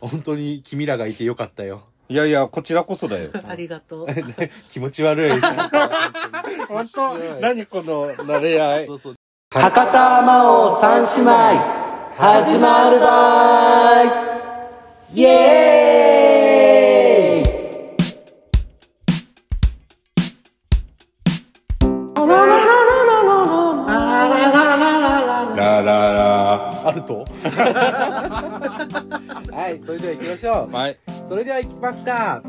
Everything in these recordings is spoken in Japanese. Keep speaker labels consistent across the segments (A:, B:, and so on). A: 本当に君らがいてよかったよ。
B: いやいや、こちらこそだよ。
C: ありがとう。
A: 気持ち悪い。
B: 本当何この慣れ合い。
A: そうそう。
D: 博多魔王三姉妹始まるばいイエーイ
B: ラララ。
A: あると はい、それでは行きましょ
B: はい。
A: う。それでは行きますか。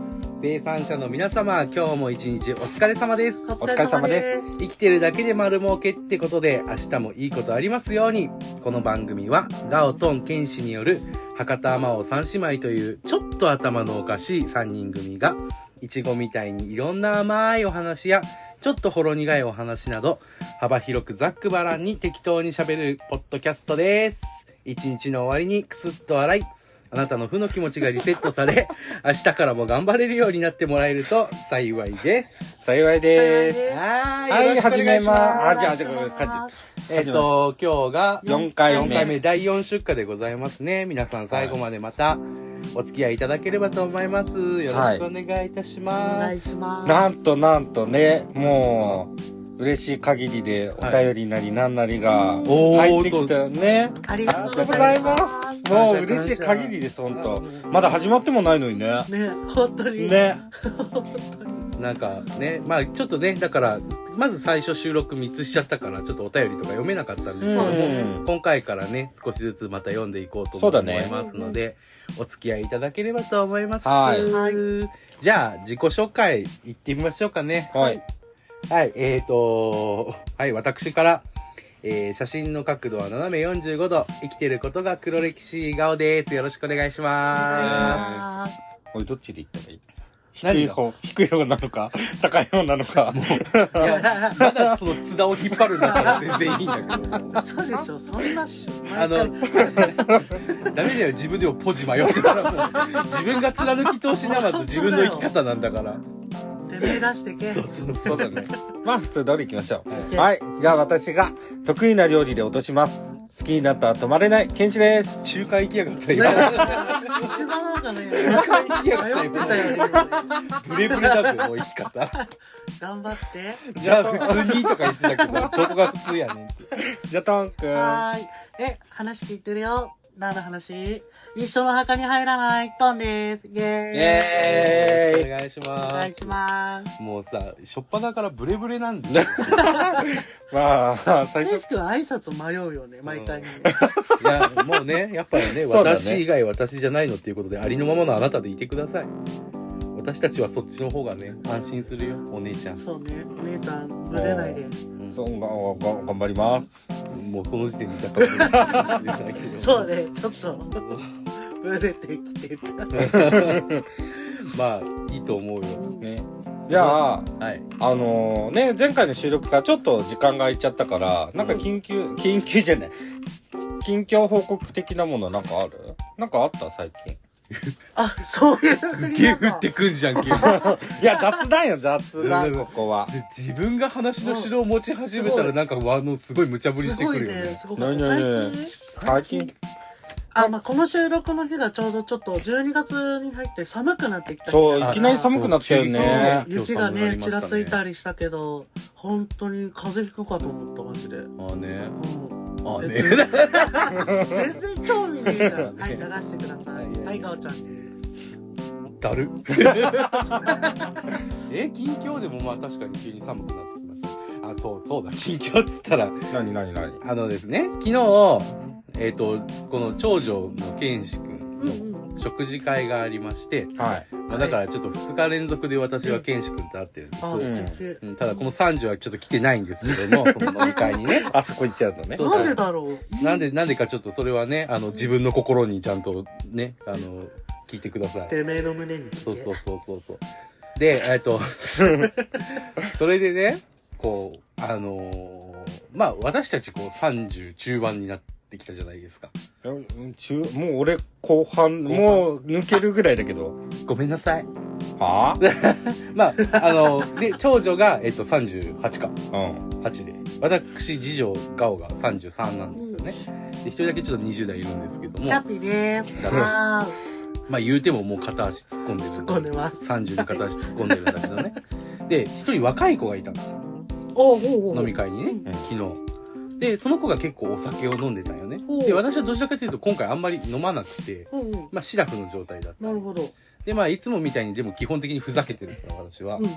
A: 生産者の皆様、今日も一日お疲れ様です。
B: お疲れ様です。
A: 生きてるだけで丸儲けってことで、明日もいいことありますように。この番組は、ガオトンケンシによる、博多魔王三姉妹という、ちょっと頭のおかしい三人組が、いちごみたいにいろんな甘いお話や、ちょっとほろ苦いお話など、幅広くざっくばらんに適当に喋るポッドキャストです。一日の終わりにクスッと笑い、あなたの負の気持ちがリセットされ、明日からも頑張れるようになってもらえると幸いです。
B: 幸いです。
A: は
B: は
A: よ
B: い、
A: ろしくお
B: 始
A: 願
B: め
A: いし
B: ます。あ、じゃあ、
C: お願いしま
B: じ
C: す
B: ゃあ、感じ。
A: えっ、と、今日が
B: 4回
A: 4
B: 目。
A: 回目第4出荷でございますね。皆さん最後までまたお付き合いいただければと思います。よろしくお願いいたし
C: お
A: ま
C: 願い
A: す。
C: します。
B: なんとなんとね、もう、嬉しい限りでお便りなりなんなりが
A: おー
B: 入ってきたよね。
C: あり
B: あ
C: が
B: りがとうご
C: とうござ
B: ざ
C: い
B: い
C: ま。
B: ますす。もう嬉しい限りです、本当まだ始まってもないのにね。
C: ね、本当に。
B: ね。
A: なんかね、まあちょっとね、だから、まず最初収録3つしちゃったから、ちょっとお便りとか読めなかったんですけども、
C: そう
B: ね
A: 今回からね、少しずつまた読んでいこうと
B: そう
A: 思
B: だ
A: い
B: ね
A: ますので、お付き合いいただければと思います。
B: はい
A: じゃあ、自己紹介いってみましょうかね。
B: はい。
A: はい、えーと、はい、私から、えー写真の角度は斜め45度、生きてることが黒歴史顔です。よろしくお願いしま
C: あ
B: おい、どっちで行ったらいい低
A: 何
B: い
A: が
B: 方、低い方なのか、高い方なのか。
A: す。いや、まだその津田を引っ張るんだから全然いいんだけど。
C: ーそうでしょ、そんなし、
A: あ
C: 毎
A: の
C: 回、
A: ダメだよ、自分でもポジ迷ってたらもう、自分が貫き通しなまず自分の生き方なんだから。
C: てめえ出してけ。
A: そうそうだね。
B: まあ普通通り行きましょう。はい。じゃあ私が得意な料理で落とします。好きになったら止まれない、ケンチです。
A: 中華行きやがった今。
C: 一番なんかね、
A: 中華行きやがった
C: 迷ってた
A: 今。
C: よね。
A: ブレブレだぜ、もう生き方。
C: 頑張って。
A: じゃあ普通にとか言ってたけど、どこが普通やねんって。
B: じゃあトンくん。
C: はーい。え、話聞いてるよ。何の話一緒の墓に入らない、トンです。イェーイ。
B: え
A: よろ
B: ー
A: しくお願いしま
C: お
A: す。
C: 願いします。
A: もうさ、しょっぱなからブレブレなんだよ。
B: イ。まあ、最
C: 正
B: 初、
C: しく挨拶迷うよね、毎回ね。
A: いや、もうね、やっぱり ね、
B: そうだね
A: 私以外私じゃないのっていうことで、ありのままのあなたでいてください。私たちはそっちの方がね、安心するよ、お姉ちゃ
C: そうね、お姉ちゃん、ぶれないで。
A: ん。。
B: そうう、がが頑張ります。
A: もうその時点で若干ブレるかもしれないけど。
C: そうね、ちょっと、ぶれてきてた。
A: まあ、いいと思うよ。
B: ね。じゃあ、
A: はい。
B: あのーね、前回の収録からちょっと時間が空いちゃったから、なんか緊急、緊急じゃない。近況報告的なものなんかあるなんかあった最近。
C: あ、そういうす
A: すげえ降ってくんじゃん、急に。
B: いや、雑談よ、雑
A: 談
B: 談、 ここは。
A: で自分が話の指導を持ち始めたらなんか和のすごい無茶ぶりし
C: す
A: て
C: ご
A: く
C: い
A: るよ
C: ね、
A: ね。
C: すごか
B: な
C: った。
B: い
C: 最
B: ないない
C: 近ね。
B: 最近。
C: あ、まあ、この収録の日がちょうどちょっと12月に入って寒くなってきた日
B: そう、
C: だ
B: い
C: から
B: きなり寒くなったよね。
A: 今日
C: 雪が
A: 寒くなり
C: ね、
A: ま
C: ち
A: した
C: ら
A: ね
C: ついたりしたけど、本当に風邪ひくかと思った、マジで。うん
A: ああね。ああ
C: え
A: ね。
C: 全然全然興味ねえから。はい、流してください。はい、ガオちゃんです。
A: だ る。え、近況でもまあ確かに急に寒くなってきました。あ、そう、そうだ、近況っつったら、
B: なになになに
A: あのですね、昨日、えっ、と、この長女の健志く
C: うん
A: ん
C: うん。
A: の食事会がありまして、
B: はい。
A: まあだからちょっと2日連続で私は健志くんと会ってるんです。
C: あ、素敵。
A: うんただこの30はちょっと来てないんですけ ども、その飲み会にね。
B: あそこ行っちゃうのね。
A: そう
C: なんでだろう。
A: なんで、なんでかちょっとそれはね、あの、自分の心にちゃんとね、あの、聞いてください。
C: てめえの胸に聞け。
A: そうそうそうそうそう。で、えっと、 それでね、こう、あのーまあ、私たちこう30中盤になってきたじゃないですか。
B: うん中、もう俺後半、もう抜けるぐらいだけど。
A: ごめんなさい。
B: は
A: まあ、あので、長女が、えっと、38か。
B: あうん。
A: 8で。私、次女、ガオが33なんですよね。で、一人だけちょっと20代いるんですけども。
C: キャピです。
A: だろ
C: あ
A: まあ言うてももう片足突っ込んでる。
C: 突っ込んでます
A: 30に片足突っ込んでるんだけどね。で、一人若い子がいたの。
C: おうおうおう
A: 飲み会にね、
B: ん
A: 昨日。で、その子が結構お酒を飲んでたんよね
C: ほう。
A: で、私はどちらかというと今回あんまり飲まなくて、
C: うんうん
A: まあシラフの状態だった
C: な。るほど
A: で、まあいつもみたいにでも基本的にふざけてるから私は。
C: うん
B: うん。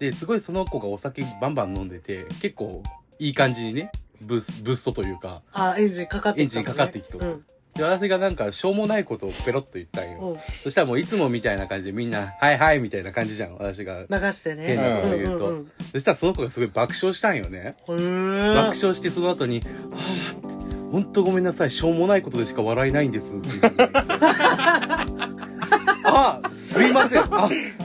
A: で、すごいその子がお酒バンバン飲んでて、結構いい感じにね、ブース、ブーストというか、
C: あエンジンかかってきた、
A: エンジンかかってきた
C: うん
A: で、私がなんかしょうもないことをペロッと言ったんよ。
C: うん
A: そしたらもういつもみたいな感じでみんな、はいはいみたいな感じじゃん、私が。
C: 流してね
A: 変なこと言うと、
C: んんん
A: そしたらその子がすごい爆笑したんよね。
C: へー
A: 爆笑してその後に、はぁって、ほんとごめんなさい、しょうもないことでしか笑えないん ですって言ってあ、すいません。あ、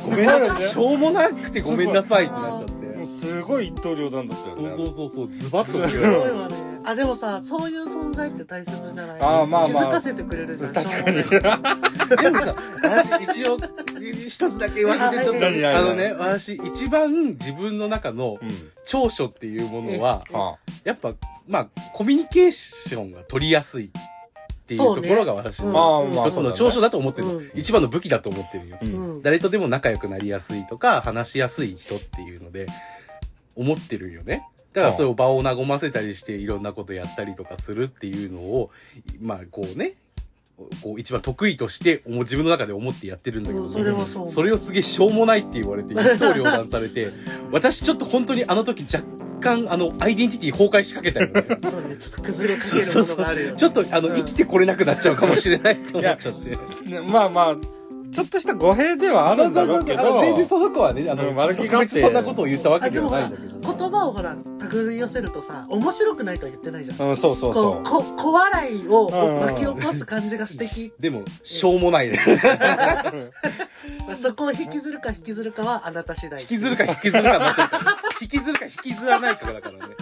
A: ごめんなさい。しょうもなくてごめんなさいってなっちゃって
B: もう。すごい一刀両断だったよ
A: そ
B: ね。
A: うそうそうそう、ズバッと
C: す
A: 僕
C: ごい
A: が
C: わねあでもさそういう存在って大切じゃない
B: あーまあまあ
C: 気づかせてくれるじゃん
B: 確かに
C: しょうもない
A: でもさ、私一応、一つだけ言わせてちょっと、
C: あ
A: あ
B: 何何
A: のね、私一番自分の中の
B: うん。
A: 長所っていうものは、
B: は
A: やっぱ、まあ、コミュニケーションが取りやすいっていうところが私
B: あ。
C: うん
A: の
B: まあまあ。
A: 一つの長所
B: だ。
A: だと思ってる、
C: うん
A: 一番の武器だと思ってるよ、
B: う。
C: うんん
A: 誰とでも仲良くなりやすいとか話しやすい人っていうので思ってるよねだからそれを場を和ませたりしていろんなことやったりとかするっていうのをまあこうねこう一番得意として思う自分の中で思ってやってるんだけど、
C: うんそれはそう思う
A: それをすげえしょうもないって言われて一刀両断され て私ちょっと本当にあの時若干あのアイデンティティ崩壊しかけたよ ね
C: そうねちょっと崩れかけ
A: そう
C: る
A: そう
C: もの
A: そ
C: があるよ
A: う
C: ね
A: ちょっとあの、
C: うん
A: 生きてこれなくなっちゃうかもしれないと思っちゃって
B: ねまあまあ、ちょっとした語弊ではあるんだろうけ
A: あの全然
B: ど。
A: その子はね、あの、
B: うん悪気があっ
A: 別
B: て
A: にそんなことを言ったわ
C: あ
A: け
C: で
A: で
C: も
A: は
C: ほ
A: な
C: ら
A: いんだけど。
C: 言葉をほら手繰り寄せるとさ面白くないとは言ってないじゃん
B: うん、そうそうそ
C: こ
B: う。
C: こ小笑いを
B: んうん
C: 巻き起こす感じが素敵、
A: でも、しょうもないね。
C: まあ、そこを引きずるか引きずるかはあなた次第
A: 引きずるか引きずるかの人引きずるか引きずらないかだからね。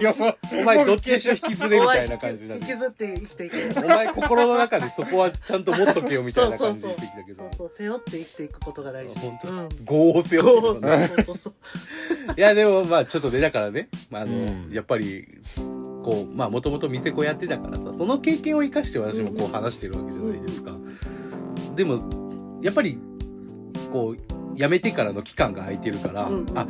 B: 両方
A: お前どっちにしろ引きずれみたいな感じにな
C: お前
A: っ
C: 引き
A: て
C: 引きずって生きていく
A: お前心の中でそこはちゃんと持っとけよみたいな
C: そう
A: 感
C: そう
A: じで言っ
C: そう
A: てきたけ
C: そ
A: ど
C: う。そう背負って生きていくことが大事
A: 本当
C: うん
A: 合法性を
C: そ
A: 持
C: う
A: って
C: そう
A: る
C: そうそうそう
A: いや、でもまあちょっとね、だからね、まああの、
B: うん
A: やっぱり、こう、まあもともと店子やってたからさ、その経験を生かして私もこう話してるわけじゃないですか。でも、やっぱり、こう、辞めてからの期間が空いてるから、
C: うんうん
A: あ、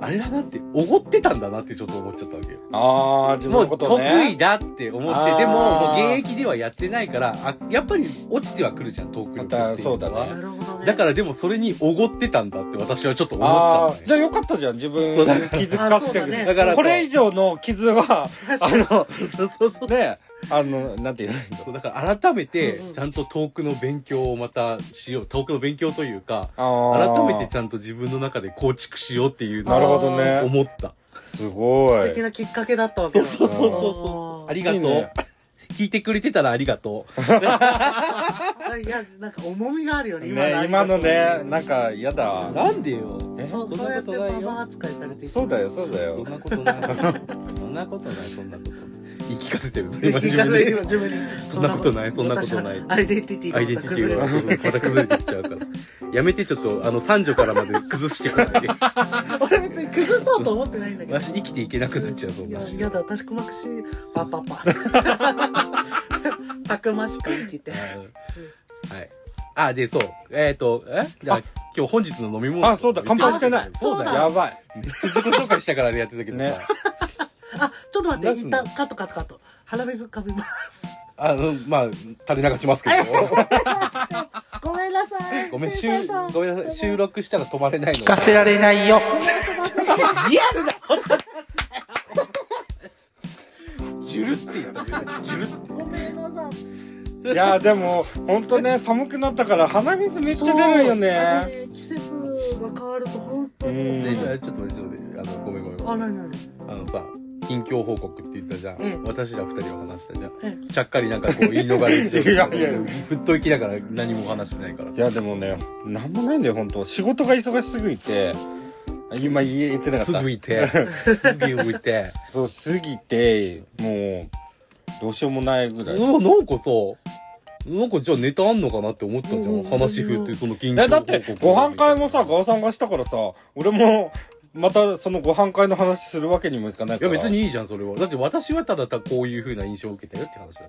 A: あれだなって、おごってたんだなってちょっと思っちゃったわけよ。
B: ああ、自分
A: も
B: の
A: う
B: こ
A: 得
B: と
A: 意
B: ね。
A: だって思っ
B: あー
A: て、でも、もう現役ではやってないから、あ、やっぱり落ちてはくるじゃん、トーク力っていうのは。
B: またそうだね
C: なるほどね
A: だからでもそれにおごってたんだって私はちょっと思っちゃ
B: あ
A: った
B: あ、
A: ね
B: じゃあよかったじゃん。自分
A: そうだね
B: 気づかせて
C: あそ
B: く
C: うだ
B: れ
C: ね
B: る。
A: だから
B: これ以上の傷は、あ
C: 確
B: の、
A: そうそうそう。
B: ね、あの、なんていうの
A: そうだから改めて
C: うんうん
A: ちゃんと遠くの勉強をまたしよう遠くの勉強というか改
B: あー
A: めてちゃんと自分の中で構築しようっていう
B: なる
A: のを
B: ほどね。
A: 思った
B: すご
C: 素
B: い
C: 敵。なきっかけだったわけ
A: そう
C: だ
A: そうそうそう
C: あ
A: そう
C: ー
A: ありがとう
B: いいね
A: 聞いてくれてたらありがとう
C: あいやなんか重みがあるよね今
B: ね、今のね、なんか嫌だ。
A: なんでよ
B: え
C: そう
A: そん
C: そうや
A: な
C: っ
A: こ
C: て
A: とない
C: マ
A: よ
C: マ扱いされていく
B: そうだよ、そうだ
A: そ
B: よ
A: ん。なことないそんなことないそんなことない言い聞かせてるね
C: 今
A: 今
C: 自
A: 自
C: 分
A: 分
C: で今
A: で
C: 自分で
A: そんなことないそんなことない
C: 私はアイデンティティ
A: ア
C: が
A: イデン
C: ま
A: テ
C: た
A: ィティ
C: 崩れ
A: が
C: る
A: また崩れてきちゃうからやめてちょっとあの三女からまで崩してくれない
C: 俺別に崩そうと思ってないんだけど
A: 私生きていけなくなっちゃうそん
C: い
A: な
C: ややだ私くまくしパパパたくましく生きて
A: はい。あ、で、そう。えっ、と、えじゃあ今日本日の飲み物。
B: あそうだ乾杯してない
A: そうだよ。
B: やばい。
A: めっちゃ自己紹介したからでやってたけどさ。
B: ね
C: あちょっと待っ
A: 出
C: て
A: すの
C: 一旦カットカットカット鼻水かみます
A: あの、まあ、垂れ流しますけど。
C: ごめんなさい
A: ごめん、
C: す
A: 収
C: いません、
A: ごめんなさい。収録したら止まれないの。
D: 聞かせられないよ。
A: リアルだジュルって言ったね。ジュルっ
C: ごめんなさい
A: て。
B: いや、でも、ほんとね、寒くなったから鼻水めっちゃ出るよ
C: なんか
B: ね。
C: ね季節が変わると本当に
B: うん
A: ね、ちょっと待って、ちょっと待って。あの、ごめんごめんごめ
C: あ
A: ん。
C: 何何
A: あのさ、近況報告って言ったじゃん。
C: うん
A: 私ら二人は話したじゃん。
C: うん
A: ちゃっかりなんかこう言い逃れしてる。
B: いやいやいや
A: ふっと息だから何も話してないから
B: い。や、でもね、なんもないんだよ、ほんと。仕事が忙しすぎて、今言え言ってなかっ
A: す
B: た
A: ぐ。いて。すぐいて。
B: そう、すぎて、もう、どうしようもないぐらい。
A: うわ、なんかさ、なんかじゃあネタあんのかなって思ったじゃん。話振ってその近況
B: え、だって、ご飯会もさ、ガオさんがしたからさ、俺も、またそのご飯会の話するわけにもいかない
A: い
B: か
A: や
B: ら。
A: 別にいいじゃん、それは。だって私はただただこういう風な印象を受けたよって話だか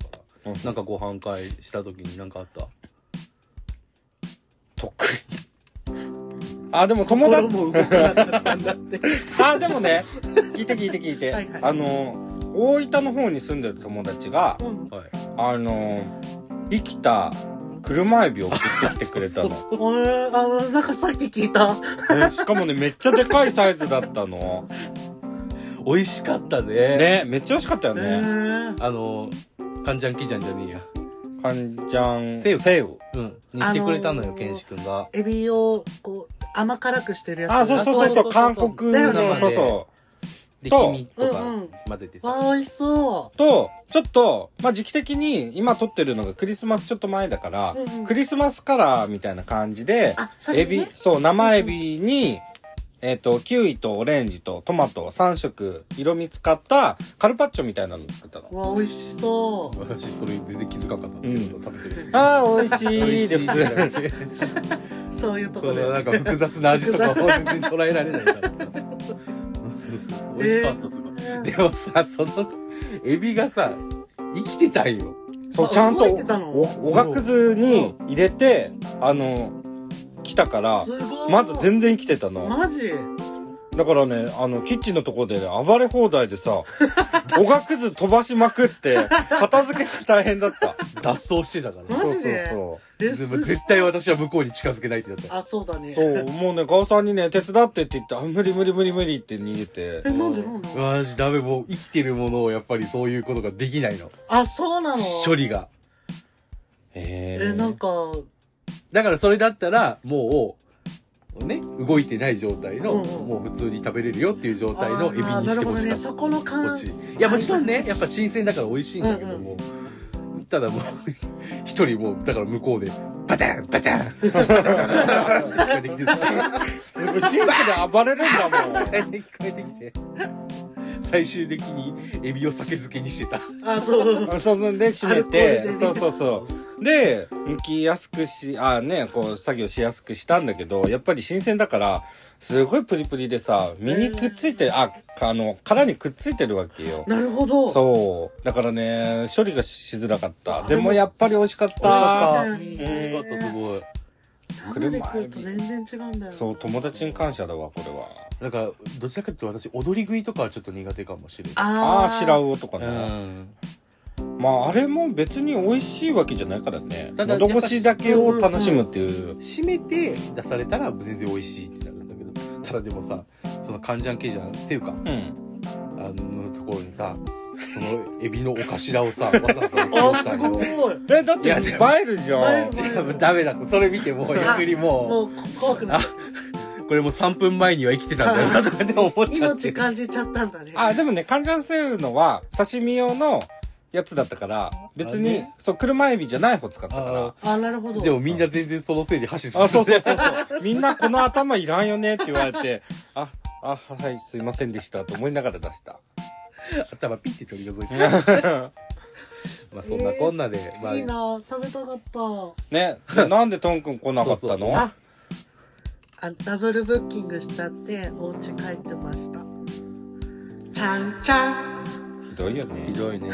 A: ら。なんかご飯会した時になんかあった
B: あ、でも友
C: 心
B: 達、
C: も動かなかったんだって。
B: あ、でもね、聞いて聞いて聞いて。
C: はいはい
B: あの、大分の方に住んでる友達が、
C: うん
A: はい。
B: あの、生きた車エビを送ってきてくれたの。
A: そう
C: おえあの、なんかさっき聞いた。
B: ねしかもね、めっちゃでかいサイズだったの。
A: そう美味しかったね。。
B: ね、めっちゃ美味しかったよ
C: え
B: ね。
A: あの、カンジャンキジャンじゃねえや。
B: カンジャン。
A: セウ
B: セウ。
A: うん。にしてくれたの
C: あ
A: よ、
C: のー
A: ケンシ君が。
C: エビを、こう、甘辛くしてるやつ。
B: あ、そうそうそうそう、韓国
C: だよね
B: の、そうそ
A: で、
B: と。
A: 黄身とか
C: うんうん
A: 混ぜてさ。
C: わあ、美味しそう
B: と、ちょっと、まあ、時期的に、今撮ってるのがクリスマスちょっと前だから
C: うんうん、
B: クリスマスカラーみたいな感じで
C: あ、そういう
B: エ
C: ね
B: ビ、そう、生エビに、えっと、キウイとオレンジとトマト3色、色味使ったカルパッチョみたいなの作ったの
C: う。。わあ、美味しそう。
A: 私、それ全然気づかなかったんだけどさ、食べてる時
B: あー、美味しいで、
A: 美
B: 普
A: 味し
B: 通。
A: いって
C: そういうと
A: そ
C: ころ
A: う
C: で。
A: だなんか複雑な味とかを全然捉えられないからさ。そうそうそう。美味しかったすごい。でもさ、その、エビがさ、生きてたんよ。
B: そう、
C: あ
B: ちゃんと、
C: 動いてたの
B: お、おがくずに入れて、あの、来たから、
C: すごい。
B: まず全然生きてたの。
C: マジ
B: だからね、あの、キッチンのところでね、暴れ放題でさ、 おがくず飛ばしまくって、片付けが大変だった。
A: 脱走してたから。
C: マ
B: そう
C: ジ
B: そう
C: で
B: そ
C: え、
A: ですも絶対私は向こうに近づけないってなった。
C: あ、そうだね。
B: う。そう、もうね、ガオさんにね、手伝ってって言って、あ、無理無理無理無理って逃げて
C: え、。なんでなんで
A: マジダメ、もう生きてるものをやっぱりそういうことができないの。
C: あ、そうなの
A: 処理が。
B: え
C: え、なんか、
A: だからそれだったら、もう、ね、動いてない状態の、
C: うんうん
A: もう普通に食べれるよっていう状態のエビに
C: あーな
A: して
C: る
A: ほ
C: ほど
A: しか
C: ね。
A: った
C: そ。この感
A: 欲しい。いや、もちろんね、やっぱ新鮮だから美味しいんだけども、ただもう、 一人もう、だから向こうで、バタンバタンバタンバタンって聞こえてきて、
B: すぐシンクで暴れるんだもん。
A: 聞こえてきて、最終的にエビを酒漬けにしてた。
C: あ、そう。
B: うんそうそうで閉め
C: アルコールで
B: て、
C: ね
B: そうそうそう。で、剥きやすくし、あね、こう作業しやすくしたんだけど、やっぱり新鮮だから、すごいプリプリでさ、身にくっついて、あ、かあの、殻にくっついてるわけよ。
C: なるほど。
B: そう。だからね、処理がしづらかった。で
C: でも
B: もやっぱり美味しかった。
C: たうん
A: 美味しかった、すごい。
C: 生で食うと全然違うんだよ。
B: そう、友達に感謝だわ、これは。
A: だから、どちらかというと私、踊り食いとかはちょっと苦手かもしれない。
B: あ
C: あ
B: あ、白魚
C: う。
B: とかね。
A: ん。
B: まあ、あれも別に美味しいわけじゃないからね。
A: ただ
B: 喉越しだけを楽しむっていう。
A: 締めて出されたら全然美味しいってなるんだけどただでもさそのカンジャンケジャンセウカ
B: うん。
A: あのところにさそのエビのお頭をさわざわざ置
C: あ、
A: き
C: す
A: さよ
C: ごい。
B: え、だって
A: いや
B: 映
A: でも
B: えるじ
C: 映
B: ゃ
C: え
B: ん
C: る。
A: いやもうダメだとそれ見てもう逆に
C: も
A: も
C: う怖くなった。
A: うこれもう3分前には生きてたんだよなとかって思っちゃって
C: 命感じちゃったんだね。
B: あ、でもね、カンジャンセウのは刺身用のやつだったから、別
A: あ
B: に
A: ね、
B: そう、車エビじゃない方使ったか
C: あ、なるほど。
A: でもみんな全然そのせいで箸進んで
B: ら。あ、そうそうそうそう。 みんなこの頭いらんよねって言われて、あ、あ、はい、すいませんでしたと思いながら出した。
A: 頭ピッて取り除いてまあそんなこんなで、まあ
C: いいな食べたかった。
B: ね、 でなんでトン君来なかった
A: そ
B: の
A: うそう
C: あ、あ、ダブルブッキングしちゃって、お家帰ってました。ちゃんちゃん。
B: ひどいよね
A: ひ。どいね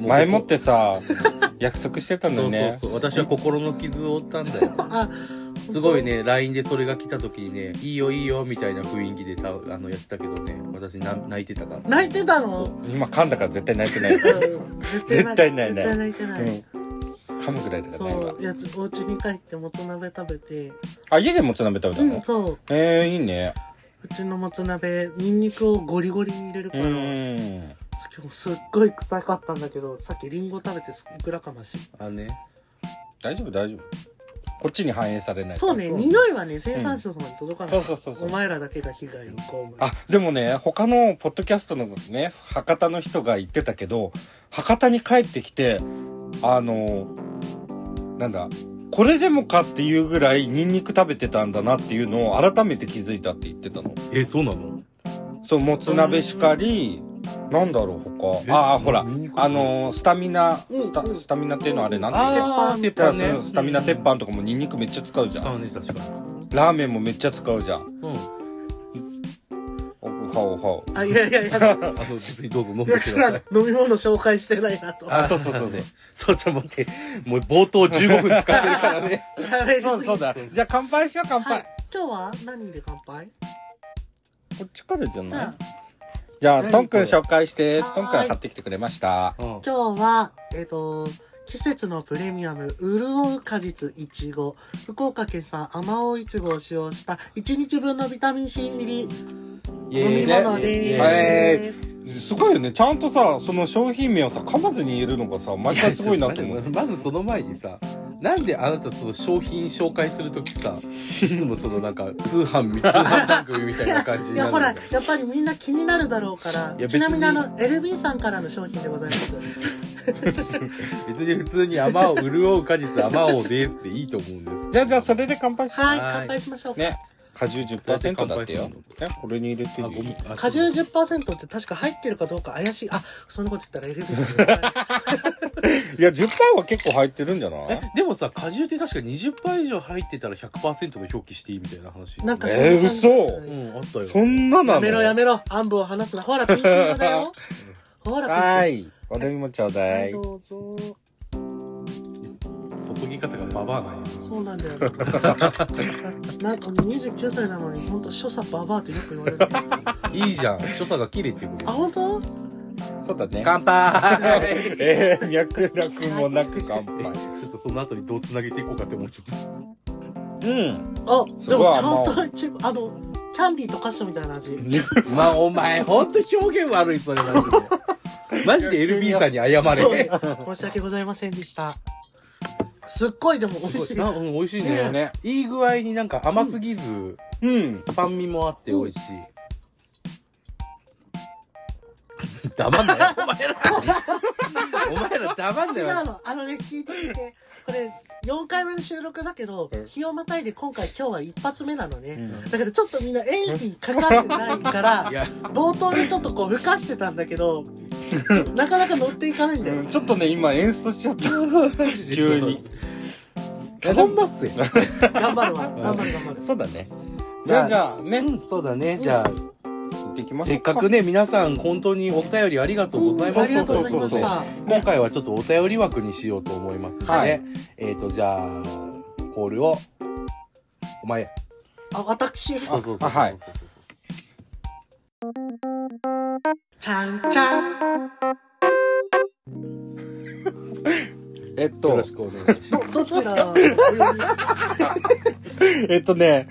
B: 前もってさ、 約束してた
A: そ
B: の
A: う
B: に
A: そう
B: ね。
A: そう私は心の傷を負ったんだよ
C: あ、
A: すごいね、LINE でそれが来た時にね、いいよいいよみたいな雰囲気でたあのやってたけどね、私な泣いてたから。
C: 泣いてた の
A: そう
B: 今噛んだから絶対泣いてない。う
C: うん
B: 絶対ないね
C: 絶対泣いてない。
B: ん。噛むぐらいだからね
C: そ。う、やつ、お家に帰ってもつ鍋食べて、
B: あ、家でもつ鍋食べた
C: う
B: の
C: ん、そう、
B: ええいいね。
C: うちのもつ鍋、ニンニクをゴリゴリに入れる
B: う
C: から、今
B: ん。
C: 日すっごい臭かったんだけど、さっきリンゴ食べてすいくらかましい。
A: あね。
B: 大丈夫大丈夫こっちに反映されない
C: そうね、匂いはね、生産者様に届かない。
B: うんそうそうそうそう
C: お前らだけが被害を被る。
B: あでもね他のポッドキャストのね博多の人が言ってたけど博多に帰ってきてあのなんだこれでもかっていうぐらいニンニク食べてたんだなっていうのを改めて気づいたって言ってたの
A: え、そうなの
B: そうもつ鍋しかりなんだろう
A: え
B: 他ああほら
A: ニンニク
B: あのスタミナ
C: うん
B: スタ
C: うん
B: スタミナっていうのはあれなんて言う
A: あー、鉄板
B: んだ
A: ね。
B: スタミナ鉄板とかもニンニクめっちゃ使うじゃ
A: 使
B: ん
A: うね、確か
B: ラーメンもめっちゃ使うじゃ
A: に。
B: ん
A: うん。
B: おはおはお
C: あ、いやいやいや、
A: あの、別にどうぞ飲んで
C: 別
A: くださ。
C: ない飲み物紹介してないなと。
B: あそうそうそうそう
A: ねそう、ちょ、待って。もう冒頭15分使ってるからね。
C: 喋りすぎ
B: そうそうだ。じゃあ乾杯しよう、乾杯。
C: はい今日は何で乾杯
B: こっちからじゃ
C: じゃ
B: ない
C: あ
B: じゃあ、
A: 何
B: トンくん紹介して、
C: はーい
B: トンくん買ってきてくれました。
A: うん。
C: 今日は、えっ、と、季節のプレミアム、潤う果実いちご、福岡県産あまおういちごを使用した1日分のビタミン C 入
A: イ
C: り飲み
A: エ
C: 物
A: ーイ
C: で
A: イエーイ
B: はい
C: ーす。
B: すごいよね。ちゃんとさ、その商品名をさ、噛まずに言えるのがさ、毎回すごいなと思う。
A: まずその前にさなんであなたその商品紹介するときさいつもそのなんか通販み通販番組みたい
C: い
A: な
C: や
A: 感じ
C: い
A: にな
C: や
A: る
C: ほ
A: ん
C: ら
A: だ
C: やっぱりみんな気になるだろうから
A: いや
C: ちなみにあ
A: 別に
C: の LB さんからの商品でございます
A: 別に普通に「あまおう潤う果実あまおうです」でいいと思うんです
B: じゃあ、じゃあ、それで乾杯しよ
C: はい
A: はい
C: 乾杯しましょう
B: う。
C: か、
B: ね。果汁10%だってよ。ね、これに入れて
A: あ
B: る
A: ご
B: よ
A: めんあ
C: 果汁10%って確か入ってるかどうか怪しいあそんなこと言ったら LB さんに怒られる
B: いや、10は結構入ってるんじゃない
A: えでもさ果汁って確か20%以上入ってたら100%の表記していいみたいな話
C: なんか
B: え
C: そ
B: ー
C: んな感じ
B: 嘘
A: うんあったよ
B: そんななの
C: やめろやめろ暗部を話すなほらピンク色だよほらピンク
B: はーい。俺にもちょうだい。
C: どうぞ
A: 注ぎ方がババアなんや
C: そうなんだよ なんか29歳なのに本当所作ババアってよく言われる
A: いいじゃん所作が綺麗っていうこと
C: あ本当
B: そうだね。
A: 乾杯
B: えー、脈絡もなく乾
A: え
B: 杯。
A: ちょっとその後にどうつなげていこうかって思っちゃっ
B: うん。
C: あ
B: す
C: で
B: ごい
C: もちゃん
B: 甘
C: と一部あのキャンディーと菓子みたいな味
A: た まあお前ほんと表現悪いそれマ ジでマジで LB さんに謝
C: そう
A: れ
C: 申し訳ございませんでしたすっごいでも美味し
A: す
C: い
A: ごいなうん美味しいね
B: ね
A: いい具合になんか甘すぎず、
B: うん。
A: 酸味もあって美味しい、 黙んなよお前らお前ら黙んな
C: 違
A: よ
C: うのあのね聞いてみてこれ4回目の収録だけど
B: うん
C: 日をまたいで今回今日は一発目なのね、だからちょっとみんなエンジンかかってないか
A: い
C: ら
A: や
C: 冒頭でちょっとこうふかしてたんだけ どちょっとなかなか乗っていかないんだ
B: う
C: よ
B: んちょっとね、今演出しちゃった。急に。
A: カボンバッセ
C: 頑張るわ頑張る頑張る
B: そうだね。じゃあ、じゃあ、ね。
A: うんそうだねじゃあ
B: 行ってきます
A: せっかくね皆さん本当にお便りありがとうございます、
C: ありがとうございま
A: そ
C: し
A: うそう
C: た
A: そう今回はちょっとお便り枠にしようと思いますので、
B: はい
A: えっ、とじゃあコールをお前
C: あ私
A: そうそうそう
B: あはい
A: そうそうそうそう
C: ちゃんちゃん
B: えっ
A: よ
B: と
A: ろ、しくお願いします
C: どど ちらお呼び
B: えっとね、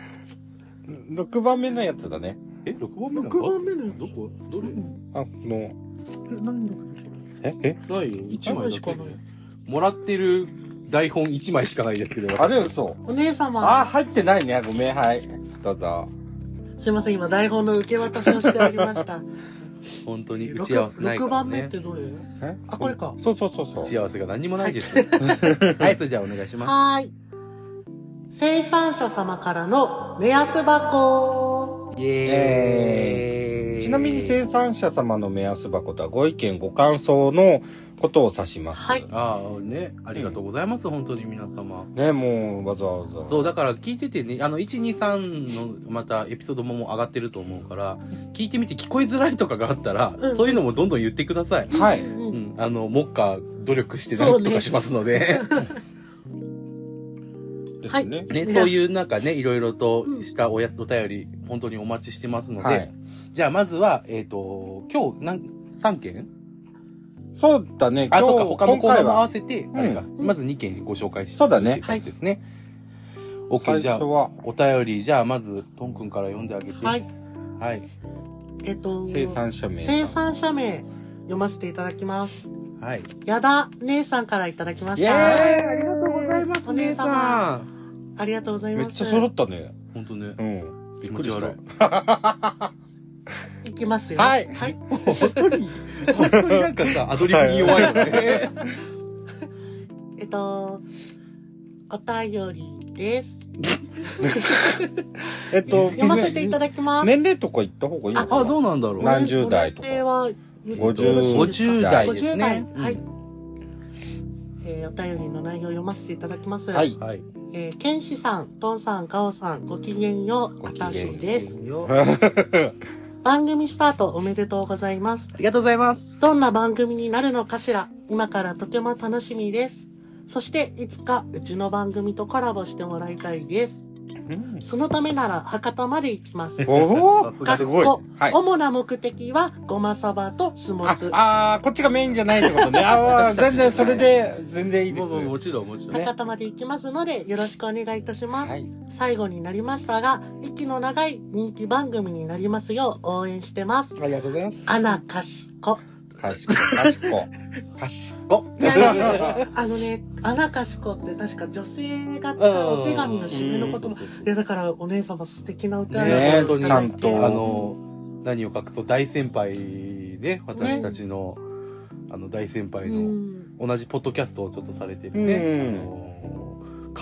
B: 6番目のやつだね。
A: え六番目なんか
C: 6番目のやつ
A: どこどれ
B: あ、の、
C: え何の
B: え、え
A: ないよ一枚だ
C: しか
A: け
C: ない
A: もらってる台本一枚しかないですけど
B: あれ嘘。
C: お姉様
B: あ、入ってないね。ごめん、はい。どうぞ。
C: すいません今台本の受け渡しをしておりま した
A: 本当に打ち合わせないか
C: 6,
A: ら
C: 番目っ
A: ね
C: てどれ
B: え
C: あこれか
B: そうそうそうそ
A: 打
B: う。
A: ち合わせが何にもない ですはいそれじゃあお願いします
C: はーい生産者様からの目安箱
A: イエーイ
B: ちなみに生産者様の目安箱とはご意見ご感想のことを指します。
C: はい
A: ああねありがとうございます、本当に皆様
B: ね、もうわざわざ。
A: そうだから聞いててねあの123のまたエピソードももう上がってると思うから聞いてみて聞こえづらいとかがあったら、
C: うん
A: そういうのもどんどん言ってください、
B: はい。
A: う
C: うん
A: ん、あの目下努力して
C: そ
A: な
C: うんね
A: とかしますので
B: ですね。
A: ね、
C: 皆
A: そういうなんかねいろいろとしたおやお便り本当にお待ちしてますので、
B: はい
A: じゃあまずはえっ、と今日何3件
B: そうだね。
A: あ、
B: 今
A: そうか、他
B: 日、
A: の
B: 今
A: コーナー
B: 回
A: も合わ
B: は、
A: せて、あれか、まず2件ご紹介して
B: そうだね
A: って感じですね。
B: 最
A: OK、
B: 初
A: じゃあ、
B: は
A: お便り、じゃあまず、トンくんから読んであげて。
C: はい。
A: はい。
C: えっと
B: 生産者名。
C: 生産者名読ませていただきます
A: はい。
C: 矢田姉さんからいただきまし
B: イエ
C: た
A: ありがとうございます
C: お姉様
A: ん。
C: ありがとうござい
B: めっ
C: ます
B: ちゃ揃ったね。
A: ほんとね
B: う。ん。びっくりし
A: 気持
B: た。
C: いきますよ
B: はい
C: はい
A: 本当に、本当になんかさ、アドリブに弱いよね。
C: えっと、お便りです。
B: えっと、
C: 読ませていただきま す。
B: 年齢とか言った方がいいのか な
A: あ、どうなんだろう。
B: 何十代とか
C: これは言って
B: 50
C: よろしいですか
A: 50代ですね。
C: 50代はい
A: うん。
C: えーお便りの内容を読ませていただきます。
B: はい。
A: はい。
C: えー、ケンシさん、トンさん、ガオさん、ごきげんよう、
B: ご
C: あ
B: きげんよう
C: たしです。
A: よ
C: 番組スタートおめでとうございます。
A: ありがとうございます。
C: どんな番組になるのかしら今からとても楽しみです。そして、いつかうちの番組とコラボしてもらいたいです。そのためなら博多まで行きます。
A: さ
B: お
A: す
B: お
A: が
B: す
A: す
B: ごい。はい。
C: 主な目的はごまさばと酢も
B: あ
C: つ。、
B: あーこっちがメインじゃないってことね。 ああ、全然それで、全然いいです。
A: もうもうもちろんもちろん。
C: 博多まで行きますのでよろしくお願いいたします、
B: はい
C: 最後になりましたが息の長い人気番組になりますよう応援してます
B: ありがとうございます。
C: アナかしこ
B: かしこ、かしこ。かしこ。
C: いやいやいやあのねアナかしこって確か女性が使うお手紙の締めの言
A: うん
C: 葉
A: そうそうそう
C: いやだからお姉様素敵な歌
B: ねえ
A: 本当に
B: ちゃんと
A: あの、何を隠そう、大先輩ね、私たちの、あの、大先輩の、同じポッドキャストをちょっとされてるね、
B: うん
A: あの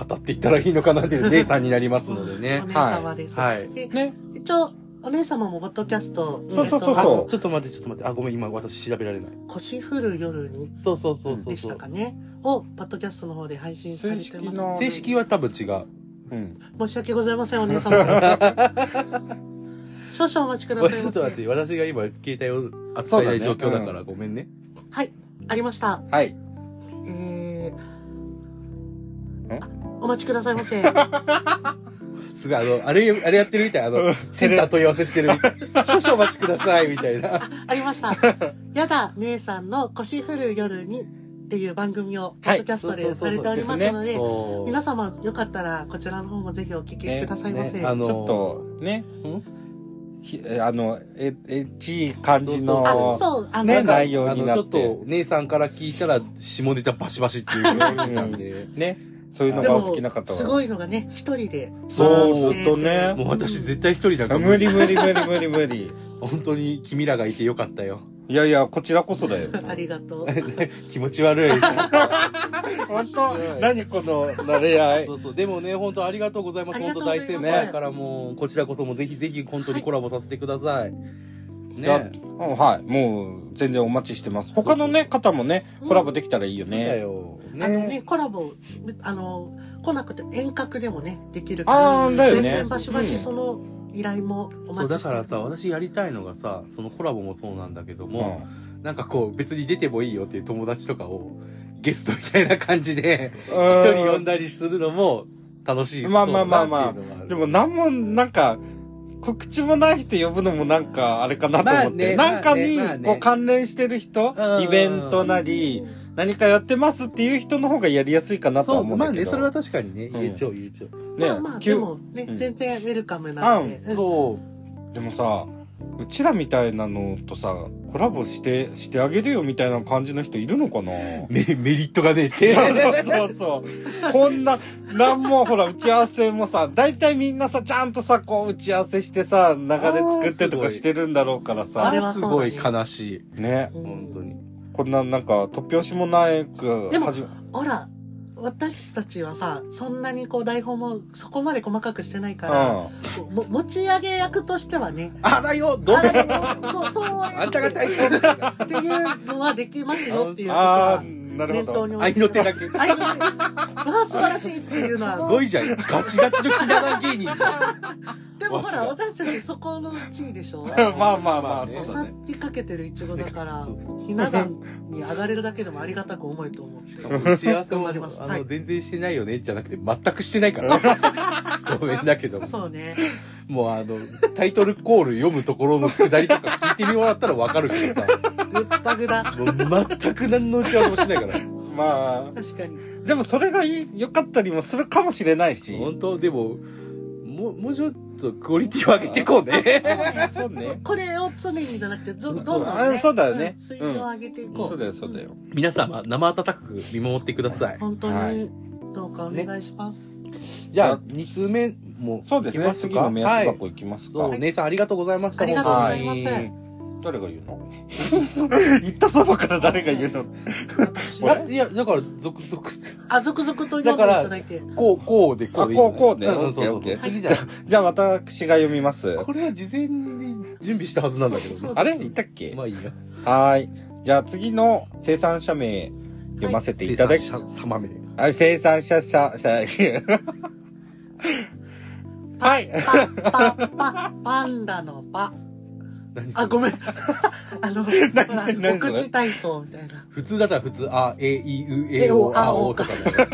A: 語っていったらいいのかなって いう姉さんになりますのでね
C: お。姉様です、
A: はい
C: で
B: ね。
C: 一応お姉様もポッドキャスト
B: そうそうそうそ
C: えっ
B: う
C: と
A: あちょっと待って、ちょっと待って。あ、ごめん、今私調べられない。
C: 腰振る夜に
A: そうそうそうそう
C: でし
A: そ
C: た
A: う。
C: かねをポッドキャストの方で配信されてます
B: の
A: 正式は多分違う。
B: うん。
C: 申し訳ございません、お姉様。少々お待ちください
A: ちょ
C: ま
A: っと待っ
C: せ。
A: て、私が今携帯を扱えない状況だから、ごめんね。
C: はい、ありました。
B: はい。
C: え
B: え
C: ー、あお待ちください ませ。
A: すごい、あの、あれ、あれやってるみたい、あの、センター問い合わせしてるみた い。少々お待ちください、みたいな。
C: ありました。やだ、姉さんの腰振る夜にっていう番組を、ポッドキャストでされておりますので、
A: そう
C: 皆様よかったらこちらの方もぜひお聞きくださいませ。
A: ねあの
B: ちょっと、ね。ひえあの、え、えっちい感じの。
A: そ
C: あ、そう、あの、
B: ね内容
A: あ
B: に
A: の
B: な
A: ち
B: って
A: ょっと姉さんから聞いたら下ネタバシバシっていうのが出てたん で
B: ね。そういうの
C: で
B: が
C: も、
B: お好きな方は。
C: すごいのがね、一人で。
B: そう、ずっと。ね。
A: もう私絶対一人だから
B: 無理無理無理無理無理。
A: 本当に君らがいてよかった よ
B: いやいや、こちらこそだよ。
C: ありがとう。
A: 気持ち悪い
B: 本当何この、なれ合い
A: そ。うそうでもね本当ありがとうございます
C: ありが
A: 本
C: と
A: 当
C: うござい
A: 大
C: ます
A: 先輩からもうこちらこそもうぜひぜひ本当にコラボさせてください、
B: いや
A: ね
B: うんはい。もう、全然お待ちしてます。他のね、方もね、コラボできたらいいよ
A: だ
B: ね。
A: よ
C: あの
A: ね
C: ね、コラボ、あの、来なくて遠隔でもね、できるから。
B: あー、だよ
C: 全
B: ね
C: 然。バシバシその依頼もお
A: そ
C: 待
A: う
C: ち
A: だ
C: して
A: か
C: ま
A: ら
C: す。
A: さ私やりたいのがさそのコラボもそうなんだけども、なんかこう別に出てもいいよっていう友達とかをゲストみたいな感じで
B: 一
A: 一人呼んだりするのも楽しい
B: まあまあまあま
A: そうだなって
B: で
A: いうのが
B: も何も、なんか、告知もない人呼ぶのもなんか、あれかなと思って。
A: まあね
B: なんかに
A: まあねまあ、ね
B: こう関連してる人
A: う、ん
B: イベントなり、何かやってますっていう人の方がやりやすいか
A: あ
B: な
A: る
B: とは
A: そう
B: 思うん
A: ま
B: だ
A: あ
B: け
A: ね
B: ど。
A: それは確かにね
B: ん
A: 言えちゃう言えちゃう、
B: ね
C: まあまあ、
B: 急
C: でもね、
B: うん
C: 全然ウェルカムなんで。うん
A: そう
B: でもさ、うちらみたいなのとさ、コラボして、してあげるよみたいな感じの人いるのかな
A: メメリットがねえ って
B: そうそうそう。こんな、なんもほら、打ち合わせもさ、大体みんなさ、ちゃんとさ、こう打ち合わせしてさ、流れ作ってとかしてるんだろうから
C: あ
B: さ
C: ー、れは
A: す
C: そう
A: ご
C: だね
A: い悲しい
B: ね。
A: 本当に
B: こんななんか、突拍子もないく、
C: でも
B: 始め
C: ほら、私たちはさ、そんなにこう台本もそこまで細かくしてないから、
B: うん。
C: こうも持ち上げ役としてはね、
A: あだよどうせ
C: あのそう、そう、
A: あんたが大
C: っ
A: 変だ
C: ていうのはできますよっていうこと
B: あ
C: は
B: あ、、なる
C: 念
B: ほど。
C: 頭に置い
A: 愛
C: て
A: の
C: く
A: 手
C: ださい
A: だけ
C: ああ素晴らしいっていうの
A: す
C: は
A: ごいじゃんガチガチのひな壇芸人じゃん
C: でもほら私たちそこの地位でし ょ
B: まあまあま
A: ま
B: あ、
A: あ
B: そ
A: ね
B: う
C: 腐
B: だね。
C: りかけてるイチゴだから
A: そうそ
C: ひな壇に上がれるだけでもありがたく思えると思うし
A: 打ち合わせも
C: 頑張ります
A: あ
C: はい
A: の全然してないよねじゃなくて全くしてないから ごめんだけど
C: そうね
A: もうあのタイトルコール読むところのくだりとか聞いてみもらったらわかるけどさ
C: ぐったぐだ
A: もう全く何の打ち合わせもしないから。
B: まあ、
C: 確かに
B: でもそれがいい良かったりもするかもしれないし。
A: 本当でも、もう、もうちょっとクオリティを上げていこうね。
B: そうね。
C: これを常にじゃなくてどどんどん
B: あそうだよね
C: ん水準を上げていこう
B: そうだよ、そうだよ。
A: 皆様、生温かく見守ってください。
C: 本当
B: は
C: に
B: い
C: どうかお願いします
A: じゃあ、2通目も。
B: そうです
A: 行
B: ね。
A: きます
B: 次
A: か
B: の目安箱いきますか。
A: はい。そう、姉さんありがとうございました。
C: ありがとうございま
A: 本
C: す
A: 当に
B: 誰が言うの 言ったそばから誰が言うの
C: 私
A: あいや、だから、続々
C: あ続々と読んでいただいて
A: こう、こうで、こうでいい
B: あこうこうで
A: んん
B: オッケ
A: そう
B: ー
A: そ
B: オ
A: う
B: ッ
A: そ
B: ケ
A: う。
B: ー
A: 次じゃん
B: じゃあ私が読みます。
A: これは事前に準備したはずなんだけどね。
B: あれ言ったっけ
A: まあいいや。
B: はーい。じゃあ次の生産者名読ませていただき、
A: 生産者様め。
B: あ生産者者、者、はい。
C: パパパパンダのパ
A: 何そ
C: あ
A: れ
C: ごめん あのほら
B: 何何
C: お
B: それ
C: 口体操みたいな
A: 普通だったら普通、あ、え、い、う、え、お、あ、おとかだよ。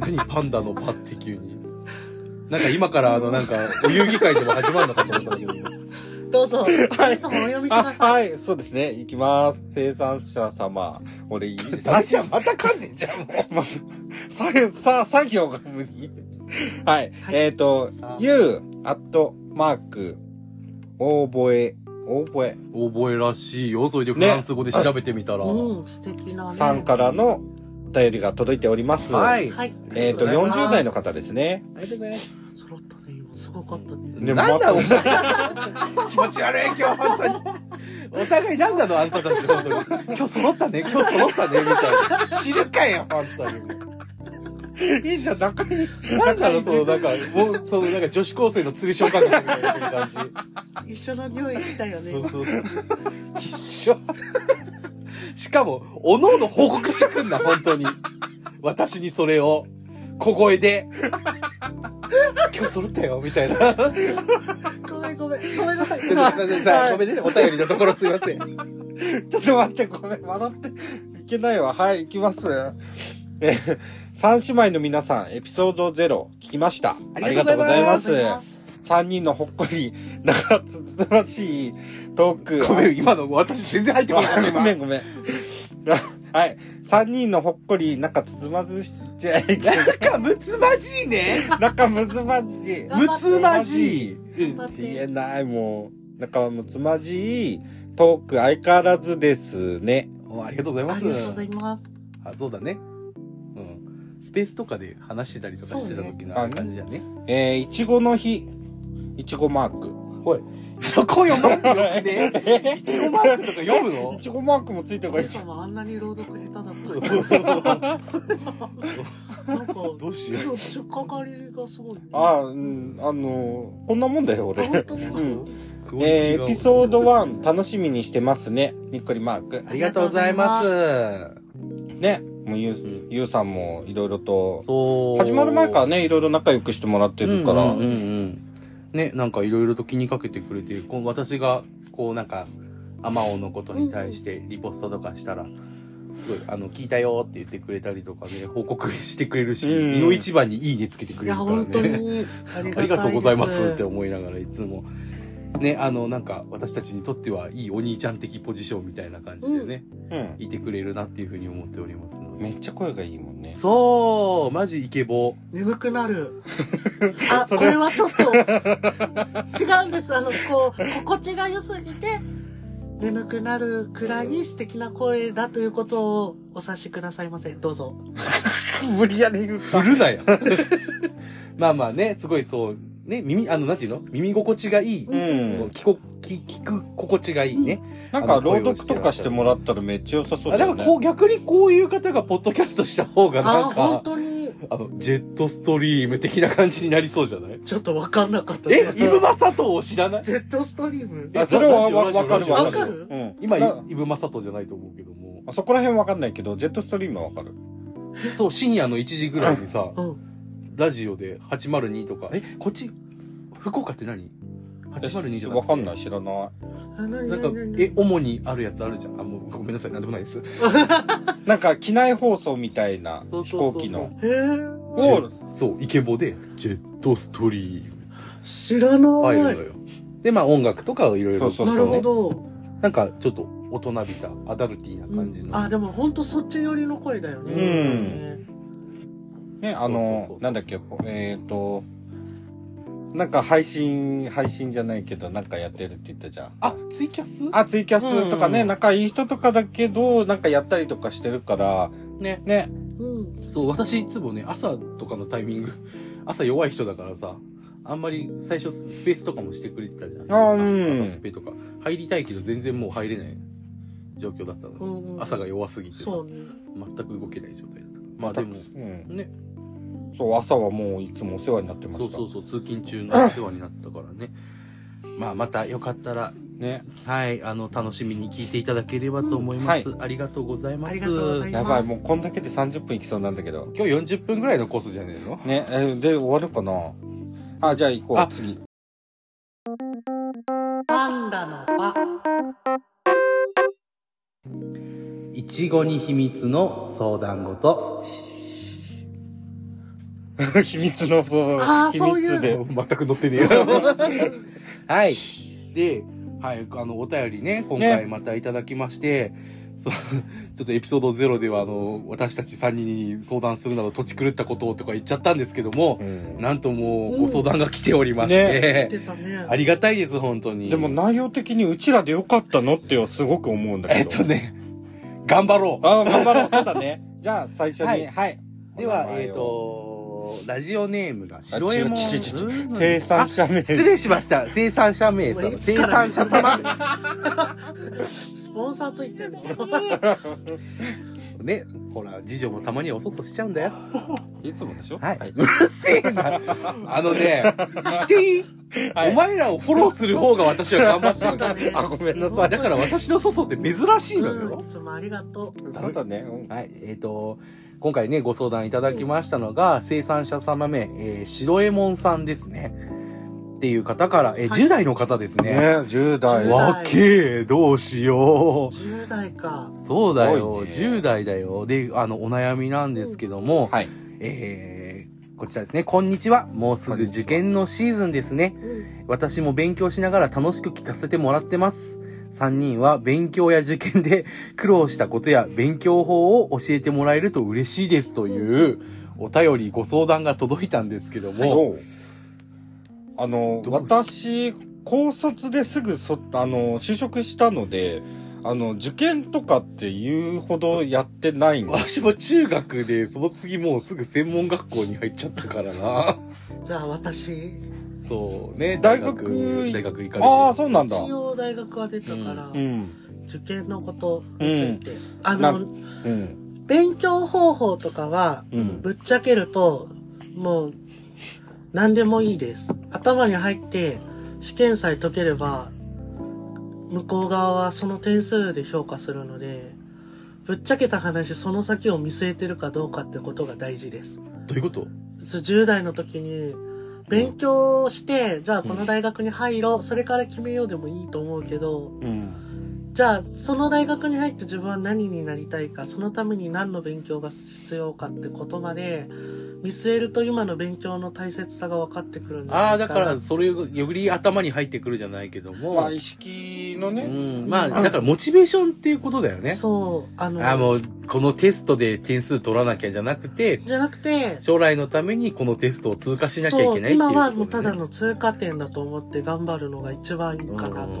A: 何パンダのパって急に。なんか今からあの、なんか、お遊戯会でも始まるのかと思ったんですけど。
C: どうぞ、はい、さんお読みください。
B: はい、そうですね。いきます。生産者様。俺、いいです
A: さっしゃ、また噛んでんじゃん、もう。
B: まず、さ、さ、作業が無理。はい。
C: はい
B: えっ、ー、と
A: さ、
B: you, アット、マーク、オーボエ、オーボエ
A: 覚えらしいよ。それでフランス語で調べてみたら。
C: うん、素敵なね。
B: さんからのお便りが届いております。
A: はい。
C: はい。
B: えっ、ー、と、40代の方ですね。
A: ありがとうございます。
C: 揃ったね、今、すごかったね。
B: でも
A: なんだお
B: ま
A: 前気持ち悪い今日本当にお互いなんだのあんたたち本当に今日揃ったね今日揃ったねみたいな知るかよ本当に
B: いいじゃん、仲いい。
A: なんだろうそのなんかもうそのなんか女子高生の釣り小感覚みたいな感じ
C: 一緒の匂いしたよね。
A: そうそうきっしょしかもおのおの報告してくんな本当に私にそれを小声で今日揃ったよみたいな
C: ごめんごめん。ごめ んなさい。
A: ごめんなさいごめんねお便りのところすいません
B: ちょっと待って、ごめん、笑って。いけないわ。はい、いきます。えー、三姉妹の皆さん、エピソード0、聞きました。
A: ありがとうございます
B: ありがとうございます三人のほっこり、長つつらしいトーク。
A: ごめん、今の私全然入ってこなかった、
B: ご
A: 今
B: めん、ごめん。はい。三人のほっこり、仲つつまずし、じゃ、じゃ、
A: なんか、むつまじいね。
B: 仲むつまじい。
A: むつまじい。
C: 待って
B: 言えない、もう。仲むつまじい、トーク、相変わらずですね。
A: おありがとうございま
C: あ
A: す
C: りがとうございます。
A: あ、そうだね。うん。スペースとかで話してたりとかしてた時の
B: そうね
A: あの感じだね。
B: えー、いちごの日、いちごマーク。
A: ほい。そこ読まなくてよくね。いちごマークとか読むの
B: いちごマークもついてるか
C: お
B: ら
C: 姉
B: いち
C: 様あんなに朗読下手だったの。なんか、
A: どうしよう
C: 出っかかりがすごい、ね。
B: あ、うん、あのーこんなもんだよ、俺。
C: 本当に、
B: うん
A: クオリテ
B: え
A: ィ
B: ー
A: が
B: エピソード1、楽しみにしてますね。にっこりマーク
A: あ。りがとうございます。
B: ね。もうゆう、ゆうさんもいろいろと、
A: そう。
B: 始まる前からね、いろいろ仲良くしてもらってるから、
A: うんうんうんうんねなんかいろいろと気にかけてくれてこう私がこうなんかアマオのことに対してリポストとかしたらすごいあの聞いたよって言ってくれたりとかね報告してくれるし
B: うん
A: 胃の一番に「いいね」つけてく
C: い
A: れ
C: や、
A: るから
C: 本当
A: ね
C: にありがたいです。
A: ありがとうございますって思いながらいつも。ね、あの、なんか、私たちにとってはいいお兄ちゃん的ポジションみたいな感じでね、
B: うん
A: いてくれるなっていうふうに思っておりますので。
B: めっちゃ声がいいもんね。
A: そうマジイケボ
C: 眠くなる。あ、これはちょっと、違うんです。あの、こう、心地が良すぎて、眠くなるくらいに素敵な声だということをお察しくださいませ。どうぞ。
B: 無理やり言った
A: 振るなよ。 まあまあね、すごいそう、ね、耳、あの、なんていうの耳心地がいい。
B: う。
A: こうん聞こ、聞、聞く心地がいいね。
B: なんか朗読とかしてもらったらめっちゃ良さそう
A: あ、
B: だ
A: だから
B: よね。
A: こう、逆にこういう方がポッドキャストした方が
C: あ、
A: なん
C: 本
A: か、
C: 当に、
A: あの、ジェットストリーム的な感じになりそうじゃない
C: ちょっとわかんなかった
A: え、
C: です
A: イブマサトを知らない
C: ジェットストリーム
A: う
B: あ、それは
A: ラジオ
B: わ
A: ラジオ
B: わかるわか
C: ラジ
B: る
C: オ。
B: うん。
A: 今、
B: な
A: イブマサトじゃないと思うけども。
B: そこら辺わかんないけど、ジェットストリームはわかる。
A: そう、深夜の1時ぐらいにさ
C: う、ん。
A: ラジオで802とか、え、こっち、福岡って何 ?802 じゃなくて
B: わかんない、知らない。
C: あ何
A: なんか
C: 何、何
A: え、主にあるやつあるじゃん。あ、もうごめんなさい、なんでもないです。
B: なんか機内放送みたいな
A: そう
B: 飛
A: そうそうそ
B: 行
A: う
B: 機の。
C: えー、
A: ジェ
B: を
A: そう、イケボで、ジェットストリーム。
C: 知らない。
A: ああいうのよ。で、まあ音楽とかをいろいろ。
B: そうそう
C: なるほど。
A: なんか、ちょっと、大人びた、アダルティーな感じの。
C: あ、でも本当そっち寄りの声だよね。
B: うん
C: そうね
B: ね、
A: そ
B: あ
A: うそうそうそ
B: の
A: う、
B: なんだっけ、えっと、なんか配信、配信じゃないけど、なんかやってるって言ったじゃん。
A: あ、ツイキャス
B: あ、ツイキャスとか
A: うんう
B: ね、
A: ん
B: 仲いい人とかだけど、なんかやったりとかしてるから、
A: ね。
B: ね、
C: うん。
A: そう、私いつもね、朝とかのタイミング、 朝弱い人だからさ、あんまり最初スペースとかもしてくれてたじゃん。
B: あーうん
A: 朝スペとか。入りたいけど全然もう入れない状況だったの、
C: うんうん
A: 朝が弱すぎてさ、
C: そうね。
A: 全く動けない状態だった。まあでも、
B: うん。
A: ね、
B: そう、朝はもういつもお世話になってま
A: そう
B: した
A: そう。そう、通勤中のお世話になったから ね。まあ、またよかったら、
B: ね。
A: はい、あの、楽しみに聞いていただければと思います。
B: うん
A: ありがとうございます。
C: ありがとうございます
B: やばい、もうこんだけで30分いきそうなんだけど。
A: 今日40分ぐらいのコースじゃねえの
B: ね、えーで、終わるかなあ、じゃあ行こ
A: あ
B: う、次。
C: パンダのパ。
A: いちごに秘密の相談事。
B: 秘密の、そう
C: あ、ー
B: 秘
C: そういう
B: 密で。
A: 全く乗ってねえよ。 はい。で、はい、あの、お便りね、今回またいただきまして、そう、ちょっとエピソードゼロでは、あの、私たち3人に相談するなど、土地狂ったことをとか言っちゃったんですけども、
B: うん
A: なんとも
C: う
A: う、
C: ん
A: ご相談が来ておりまして、
C: 言ってたね。
A: ありがたいです、本当に。
B: でも、内容的にうちらでよかったのってはすごく思うんだけど。
A: えっとね、頑張ろう
B: あー頑張ろう。そうだね。じゃあ、最初に。
A: は
B: はいい。
A: では
B: お名、前を
A: えっ、と、ラジオネームが
B: あ
A: 白エモン。
B: ちちちち
A: うん
B: 生産者名
A: あ失礼しました。生産者名様。生産者様。
C: スポンサーついてるの。
A: ね、ほら、次女もたまにはおそそしちゃうんだよ。
B: いつもでしょ
A: はい。 うるせえな。あのね、否定、
B: はい
A: お前らをフォローする方が私は頑張ってるんだ。
C: ね
B: あごめんなさい
A: だから私のそそって珍しいの
C: うん、
A: よ
C: い。つもありがとう。
B: そうだね。うん
A: はい。えっ、と、今回ね、ご相談いただきましたのが、生産者様名、えー、白右衛門さんですね。っていう方から、えー
C: はい
A: 10代の方です
B: ね
A: ね。
B: 10代。
C: わ
A: わけえ、どうしよう。
C: 10代か。
A: そうだよ、
B: すごいね
A: 10代だよ。で、あの、お悩みなんですけども、
B: はい。
A: えー、こちらですね、こんにちは。もうすぐ受験のシーズンですね。私も勉強しながら楽しく聞かせてもらってます。3人は勉強や受験で 苦労したことや勉強法を教えてもらえると嬉しいですというお便り、ご相談が届いたんですけども、
B: どうあの、私、高卒ですぐそ、あの、就職したので、あの、受験とかっていうほどやってないんで
A: 私
B: す。
A: も中学でその次もうすぐ専門学校に入っちゃったから な。
C: じゃあ私、
A: そうね、
B: 大学
A: 大学行かれて
B: ああ、そうなんだ。
C: 一応大学は出たから、
B: うん。
C: 受験のことについて。あ
B: な
C: の、
B: うん。
C: 勉強方法とかは、
B: うん
C: ぶっちゃけると、もう、何でもいいです。頭に入って、試験さえ解ければ、向こう側はその点数で評価するので、ぶっちゃけた話、その先を見据えてるかどうかってことが大事です。
A: どういうこと
C: そう10代の時に、勉強して、じゃあこの大学に入ろう、それから決めようでもいいと思うけど、
B: うん。
C: じゃあ、その大学に入って自分は何になりたいか、そのために何の勉強が必要かってことまで、見据えると今の勉強の大切さが分かってくるんじゃない
A: あ
C: か
A: あ、
C: な。
A: だから、それより頭に入ってくるじゃないけども。
B: まあ、意識のね、
A: うん、まあ、だからモチベーションっていうことだよね。
C: そう、あの、
A: あもう、このテストで点数取らなきゃじゃなくて、
C: じゃなくて、
A: 将来のためにこのテストを通過しなきゃいけないっていう、
C: そう今はもうただ。の通過点だと思って頑張るのが一番いいかなと思う。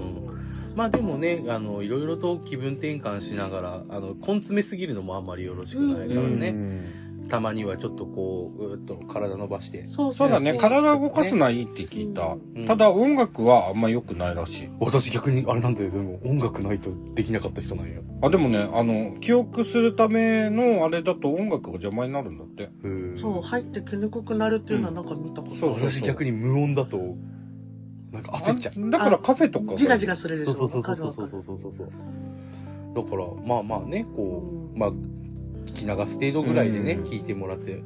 A: まあでもね、あの、いろいろと気分転換しながら、あの、根詰めすぎるのもあんまりよろしくないから
B: う
A: ね。
B: ん
A: たまにはちょっとこう、うーっと体伸ばして。
C: そう
B: そうだね。体を動かす
C: の。
B: のはいいって聞いた。
A: ん
B: ただ音楽はあんま良くないらしい。
A: 私逆に、あれなんだよ、でも音楽ないとできなかった人なんよ。
B: あ、でもね、あの、記憶するためのあれだと音楽が邪魔になるんだって。
A: うん
C: そう、入って気にこくなるっていうのはなんか見たことある。
B: そう
A: 私逆に無音だと、なんか焦っちゃう。
B: あだからカフェとかが。
C: ジガジガするでし
A: そ
C: ょ。
A: うそうそうそう
C: わかる
A: そう
C: わか
A: そう
C: る
A: そうそうそうだからまあまあねこ
C: う
A: うまあ聞き流す程度ぐらいでね
B: うん
A: 聞いてもらって、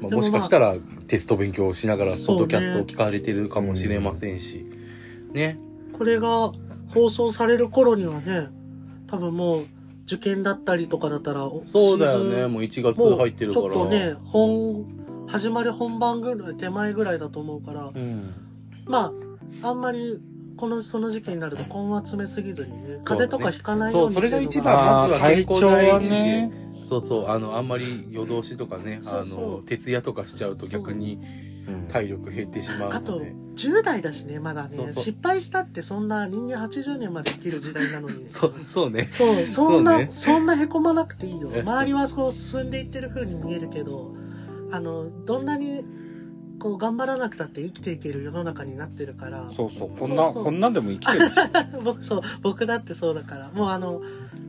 A: まあ、
C: でもまあ
A: もしかしたらテスト勉強をしながらポ
C: そう
A: ッド
C: ね
A: キャストを聞かれてるかもしれませんしね
C: これが放送される頃にはね、多分もう受験だったりとかだったら、お
A: そうだよ
C: シーズ
A: ね
C: ン
A: もう1月入ってるから
C: もうちょっとね、本、始まり本番ぐらい、手前ぐらいだと思うから、
B: うん。
C: まあ、あんまり、この、その時期になると、根は詰めすぎずにね、風邪とかひかないよ
A: そうう
C: に
A: それが一番
B: あ
A: ま
B: ー
A: ずは健康
B: 体調
A: 第
B: は
A: 一
B: ね
A: でそうそうあのあんまり夜通しとかね
C: そうそう
A: あの徹夜とかしちゃうと逆に体力減ってしまう
C: あ
A: の
C: と
A: で、
C: 10代だしね、まだね。
A: そうそう
C: 失敗したって、そんな人間80年まで生きる時代なの に。
A: そうそうね
C: そう、そんな、
A: そ
C: そ,、
A: うね
C: んな凹まなくていいよ。 周りはそう進んでいってる風に見えるけど、あの、どんなに、こう、頑張らなくたって生きていける世の中になってるから、
B: そうそう。こんな、
C: そうそう
B: こんなんでも生きてるし。
C: 僕、そう、僕だってそうだから、もうあの、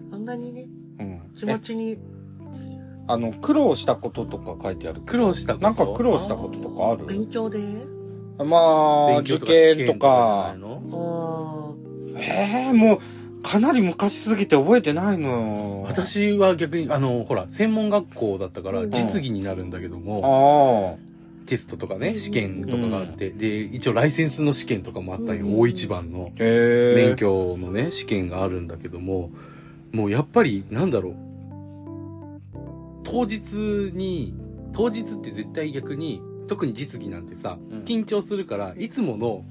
C: そんなにね、
B: うん。
C: 気持ちに、
B: あの、苦労したこととか書いてあるけど
A: 苦労したこと
B: なんか苦労したこととかある
C: 勉強で、
B: まあ、
A: 勉強
B: 受
A: とか試
B: 験
A: 験
B: と
A: とかじゃ
B: か
A: ない。の
C: あ
B: ええ、もう、かなり昔すぎて覚えてないのよ。
A: 私は逆に、あの、ほら、専門学校だったから、
C: うん
A: 実技になるんだけども、
B: ああ。
A: テストとかね、試験とかがあって、で、一応ライセンスの試験とかもあったんよ、
C: うん
A: 大一番の。
B: へえ。
A: 免許のね、試験があるんだけども、もうやっぱり、なんだろう。当日に、当日って絶対逆に、特に実技なんてさ、
B: うん
A: 緊張するから、いつもの、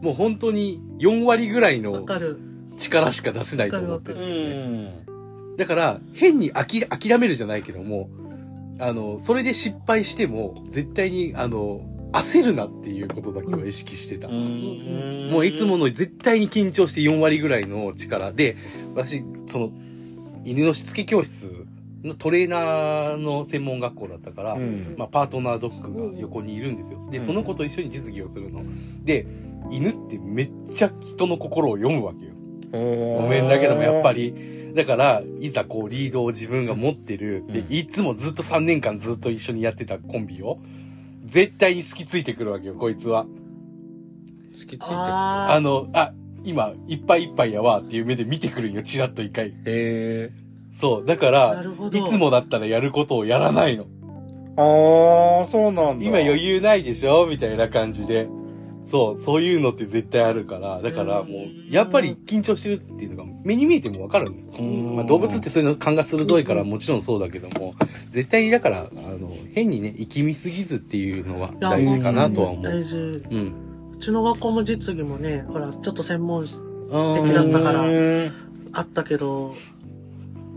A: もう本当に4割ぐらい
C: わ
A: の
C: かる。
A: 力しか出せないと思って
C: わ
A: る
C: か
A: よ
C: る
A: ね。だから、変に諦諦めるじゃないけども、あの、それで失敗しても、絶対に、あの、焦るなっていうことだけは意識してた。
B: ん
A: もういつもの絶対に緊張して4割ぐらいの力で、私、その、犬のしつけ教室のトレーナーの専門学校だったから、
B: うん
A: まあ、パートナードッグが横にいるんですよ。で、
B: うん
A: その子と一緒に実技をするの。で、犬ってめっちゃ人の心を読むわけよ。
B: ご
A: ごめんだけども、やっぱ
B: り。
A: り。だから、いざこう、リードを自分が持ってる。で
B: う、ん
A: いつもずっと3年間ずっと一緒にやってたコンビを、絶対に好きついてくるわけよ、こいつは。
B: 突きついて
A: あ
C: あ
A: の、あ、今、いっぱいいっぱいやわっていう目で見てくるんよ、チラッと一回。
B: る。へえ。
A: そう。だか
C: な
A: ら
C: るほ、ど
A: いつもだったらやることをやらないの。
B: ああ、そうなんだ。
A: 今余裕ないでしょみたいな感じで。そう、そういうのって絶対あるから、だからもう、やっぱり緊張してるっていうのが目に見えてもわかるのよ
B: うん
A: まあ、動物ってそういうの感が鋭いからもちろんそうだけども、絶対にだから、あの、変にね、生き見すぎずっていうのが大事かなとは
C: の、
A: 思
C: 大
A: う。
C: 事。
A: うん。
C: うちの学校も実技もね、ほら、ちょっと専門
A: うん
C: 敵だったから
B: うん
C: あったけど、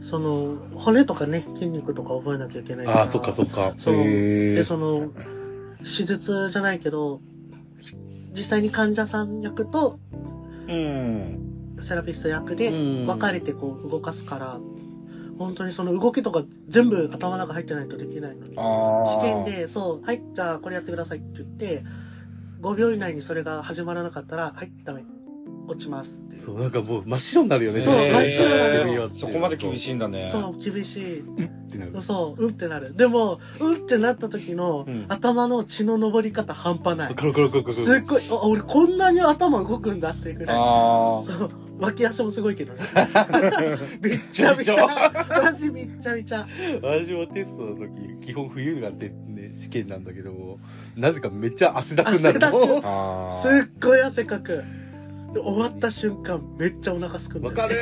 C: その、骨とかね、筋肉とか覚えなきゃいけないから。
A: ああ、そっかそっか。
C: そう。
B: へー
C: で、その、手術じゃないけど、ひ実際に患者さん役と
B: うん。
C: セラピスト役で
A: うん
C: 分かれてこう動かすから、本当にその動きとか全部頭の中入ってないとできないのに。
B: ああ。
C: 視線。で、そう、はい、じゃあこれやってくださいって言って、5秒以内にそれが始まらなかったら、はい、ダメ。落ちますっていう。
A: そう、なんかもう真っ白になるよね。
C: そう
A: 自分
C: 真っ白
A: が
C: な
A: や
C: の
A: ってるよっていう
B: そこまで厳しいんだね。
C: そう、厳しい。
A: ってなる。
C: そう、うんってなる。でも、うんってなった時の、
B: うん
C: 頭の血の上り方半端ない。
A: コロコロコロコロ。
C: すっごい、あ、俺こんなに頭動くんだっていうぐらい。
B: ああ。
C: そう、脇汗もすごい けどね。びっちゃびちゃ。私びっちゃびちゃ。
A: 私もテストの時、基本冬がて、ね、試験なんだけども、なぜかめっちゃ汗だくになる
C: 汗だく
A: の。
B: ああ。
C: すっごい汗かく。で終わった瞬間、めっちゃお腹すくんだ
A: わ
C: よ
A: かる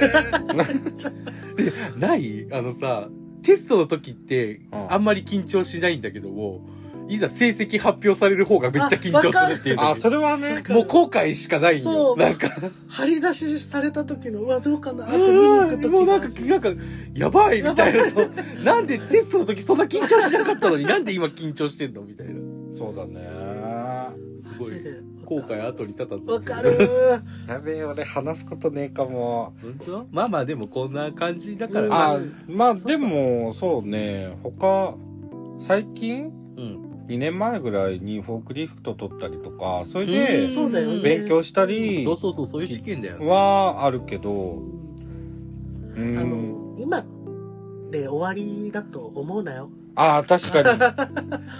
A: でないあのさ、テストの時って、
B: うん
A: あんまり緊張しないんだけども、いざ成績発表される方がめっちゃ緊張するっていう時
B: あ、それはね。
A: もう後悔しかないん
C: そ
A: よ。
C: う
A: なんか、
C: 張り出しされた時の、うわ、どうかなって見に行く時
A: もうなんか、
C: の
A: なんか、やばいみたいな、そうなんでテストの時そんな緊張しなかったのに、なんで今緊張してんのみたいな。
B: そうだね。
A: すごい
C: マジで。
A: 後悔後に立たず。
C: わかるー。
B: やべえ、俺話すことねえかも。
A: 本当まあまあでもこんな感じだから
B: あ
A: ね。
B: まあでも、そうね。他、最近
A: うん。
B: 2年前ぐらいにフォークリフト取ったりとか、それで
A: ん
C: そうだよね。
B: 勉強したり
A: そうそうそう、そういう試験だよね。
B: はあるけど、う
C: あ
B: ん。
C: の、今で終わりだと思うなよ。
B: ああ、確かに。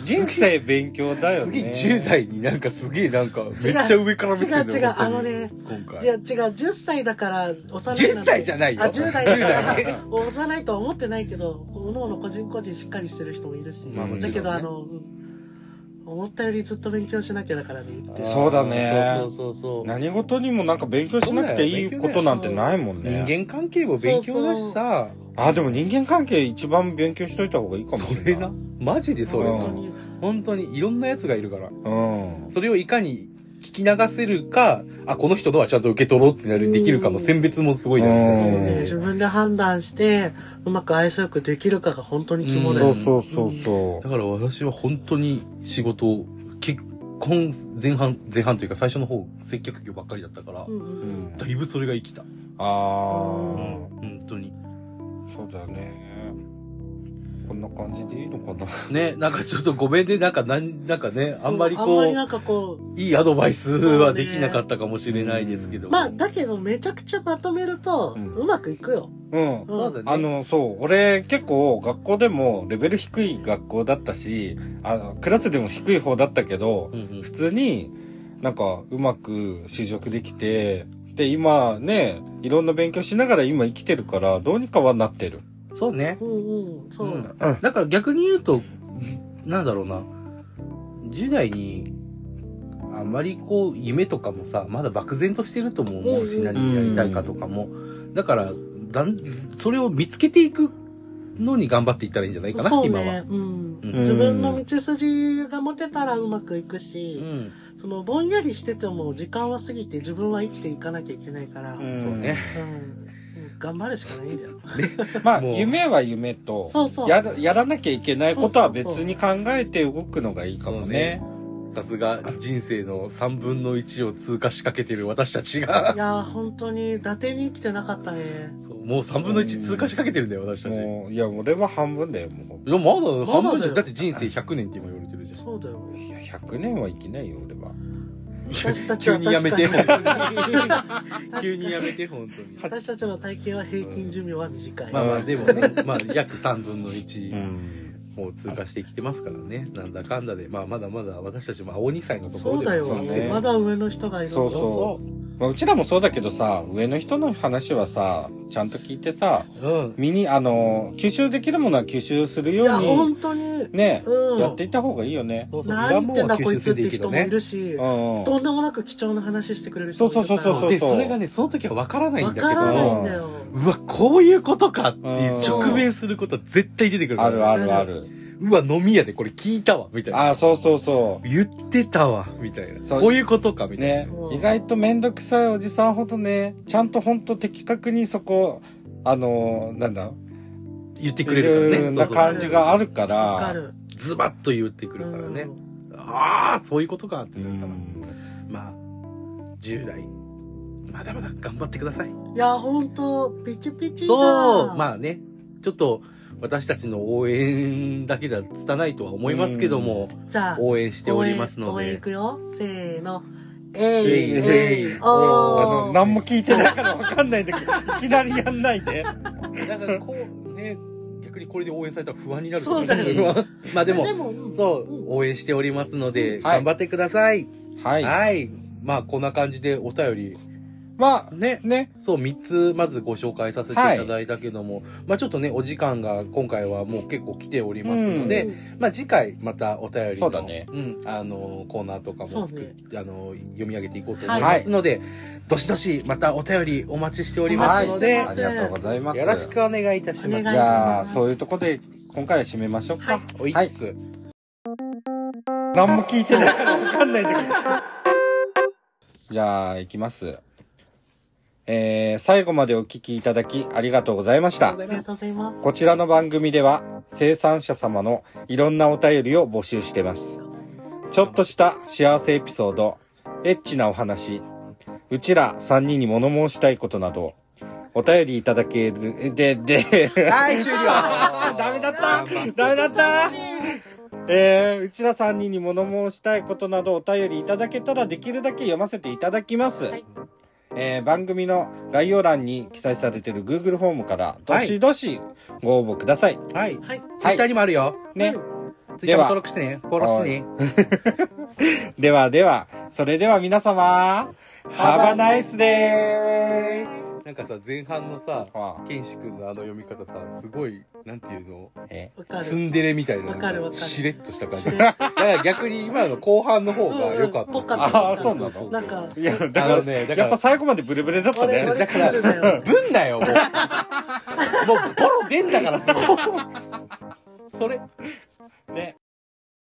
B: 人生勉強だよ
A: すげえ
B: ね。
A: 10代になんかすげえなんかめっちゃ上から見てる
C: 違う違うあのね、
A: 本当に今
C: いや、
A: 回。
C: 違う、10歳だから、幼い。
A: 10歳じゃないよ
C: あ、10代だか
A: 10
C: ら、幼いとは思ってないけど、各々個人個人しっかりしてる人もいるし、
A: まあもちろんね
C: だけど、あの、うん思ったよりずっと勉強しなきゃだからね、生きて。
B: そうだね
A: そうそうそうそう。
B: 何事にもなんか勉強しなくていいことなんてないもん
A: 人
B: ね。
A: 間関係も勉強だしさ、
B: あ、でも人間関係一番勉強しといた方がいいかもし
A: そ
B: れ
A: れ
B: ない
A: な。。マジでそれ
B: うん
A: な。本当にいろんなやつがいるから。
B: うん。
A: それをいかに聞き流せるか、あ、この人のはちゃんと受け取ろうってなる、できるかの選別もすごい大
C: そう
A: 事
B: う
A: だ
C: ね
A: し。
B: ん
C: 自分で判断して、うまく愛想よくできるかが本当に肝だ
B: そ
C: よ
B: う。そうそうそ
A: だから私は本当に仕事を、結婚前半、前半というか最初の方、接客業ばっかりだったから、
C: うんうん
B: う。うん。
A: だいぶそれが生きた。うん、
B: あ
C: う
B: あ。
A: 本当に。
B: そうだね。こんな感じでいいのかな。
A: ね、なんかちょっとごめんね、なんか、なん、なんかね、あんまり
C: そうあん
A: こ
C: ま
A: う
C: り、なんかこう、
A: いいアドバイスはできなかったかもしれないですけど。
C: まあ、だけどめちゃくちゃまとめると、
B: うん
C: うまくいくよ。
B: うん。
C: ん
A: そうだね。
B: あ、の、そう、俺結構学校でもレベル低い学校だったし、あのクラスでも低い方だったけど
A: うん、うん
B: 普通になんかうまく就職できて、で、今ね、いろんな勉強しながら今生きてるから、どうにかはなってる。
A: そうね
C: う。んうん、そう。
A: うんだから逆に言うと、なんだろうな、10代に、あんまりこう、夢とかもさ、まだ漠然としてるとも思うし、
C: うん
A: 何やりたいかとかも。だから、だん、それを見つけていくのに頑張っていったらいいんじゃないかな、
C: そう
A: 今は
C: ね。。うん。
A: うん
C: 自分の道筋が持てたらうまくいくし
A: う、ん。
C: そのぼんやりしてても時間は過ぎて自分は生きていかなきゃいけないから、うん。
A: そうね。
C: うん頑張るしかないんだよ。
B: まあ、
A: もう
B: 夢は夢と
C: そうそう
B: やる、やらなきゃいけないことは
C: そうそうそう
B: 別に考えて動くのがいいかもね。
A: さすが人生の3分の1を通過しかけてる私たちが
C: い。やー、本当に、伊達に生きてなかったね。
A: そうもう3分の1通過しかけてるんだよ、私たち。いや、
B: もう、いや、俺は半分だよ、も
A: まだ半分
C: まだ
A: じ
C: だ
A: ゃ、
C: よ
A: だって人生100年って今言われてるじゃん。
C: そうだよ。
B: う。いや、100年は生きないよ、俺は。
C: 私たち
A: 急
C: は
A: にやめて、
C: 確か
A: 本当に。
C: に
A: 急にやめて、本当に。
C: 私たちの体型は平均寿命は短い。
A: まあまあ、でも ね、まあ、約3分の1。
B: ん。
A: もう通過してきてますからね。なんだかんだで。まあ、まだまだ私たちも青2歳のとこ
C: そ
A: ろ
C: う
A: で
C: だよ
A: はあります
B: ね。
C: まだ上の人がいる
B: そ
A: そ
B: う
A: う
B: そ。
A: そう
B: まあ、うちらもそうだけどさ、上の人の話はさ、ちゃんと聞いてさ、
A: う。うん。
B: 身に、あの、吸収できるものは吸収する
C: い
B: よ
C: や、
B: う
C: 本
B: に、
C: 当に。
B: ね、
C: うん
B: やっていった方がいいよね。
A: そうそう
C: 何言ってんだこいつって人もいるし、
B: うんうん
C: とんでもなく貴重な話してくれる人もいるから
B: そうそうそう
A: で、それがね、その時は分からないんだ
C: わ
A: け
C: か
A: ど
C: ら
B: ね
C: ないんだよ。
A: うわ、こういうことかっていううん直面することは絶対出てくるか
B: あ
A: ら
B: るあるある。
A: うわ、飲み屋でこれ聞いたわ、みたいな。
B: ああ、そうそうそ
A: 言ってたわ、みたいな。
B: そう
A: こういうことか、み
B: う。
A: たいな。
B: ね
C: そ。う
B: 意外とめんどくさいおじさんほどね、ちゃんとほんと的確にそこ、あのーなんだ、
A: 言ってくれるからね。
B: うん
A: そう
B: な
A: そう
B: 感じがあるから。
C: わかる。
A: ズバッと言ってくるからね
C: う。
A: ああ、そういうことか、って
B: う
A: なるから。
B: ん。
A: まあ、10代。まだまだ頑張ってください。
C: んいや、本当ピチピチじゃん。
A: そう、まあね、ちょっと私たちの応援だけでは拙いとは思いますけども、
C: じゃあ、
A: 応援しておりますの
C: 応援応援い
A: で。
C: くよ。せーの。え
B: え
C: い
B: い
C: え
A: えい
C: い
B: あの、
C: おー。
B: 何も聞いてないからわかんないんだけど、いきなりやんないで。
A: なんかこう、ね、逆にこれで応援されたら不安になる
C: そうだよ
A: よ。 まあでも、
C: でもうん
A: そう、応援しておりますので、
B: はい
A: 頑張ってください。
B: は
A: はい。
B: い。
A: まあこんな感じでお便り、
B: まあ、
A: ね、
B: ね。
A: そう、3つまずご紹介させていただいたけども、まあちょっとね、お時間が今回はもう結構来ておりますので、
C: うん
A: まあ次回またお便りの、
B: そうだね
A: ん、あの、コーナーとかも
C: そう
A: 作っ、
C: ね
A: あの、読み上げていこうと思いますので、どしどしまたお便りお待ちしておりま
B: は
A: す
B: い。
A: の
C: お
A: で、
C: 待
B: ありがとうございます。
A: よろしくお願いいたします。
C: お
B: じ
C: 願い
B: ゃあ、そういうとこで、今回は締めましょうか。
A: おい
B: はい
A: っす。
B: 何も聞いてないからわかんないんだけど。じゃあ、いきます。えー、最後までお聞きいただきありがとうございました。
C: ありがとうございます。
B: こちらの番組では生産者様のいろんなお便りを募集してます。ちょっとした幸せエピソード、エッチなお話、うちら3人に物申したいことなど、お便りいただける、で、で、
A: はい、終了。
B: あダメだったダメだったえー、うちら3人に物申したいことなどお便りいただけたらできるだけ読ませていただきます。
C: はい
B: えー番組の概要欄に記載されている Google フォームから、どしどしご応募ください。
A: はい。
C: はい。
A: ツイッターにもあるよ。
B: ね。
A: ツイッターも登録してね。フォローしてね。
B: ではでは、それでは皆様、Have a nice day!
A: なんかさ、前半のさ
B: は、い
A: ケンシ君のあの読み方さ、すごい、なんていうの
B: え
C: わかる。
A: ツンデレみたいな。
C: わかるわかる
A: しれっとした感じ。だから逆に今の後半の方が良かったです
C: うんうんぽかった
B: あーそうなの
C: なんか、
B: いや、だから
A: あのねだから
B: やっぱ最後までブレブレだった
C: 俺、
B: ね。
C: 俺クールだよ。
A: ぶんな よ、もう。もうボロ出んだからすごい。それ。
B: ね。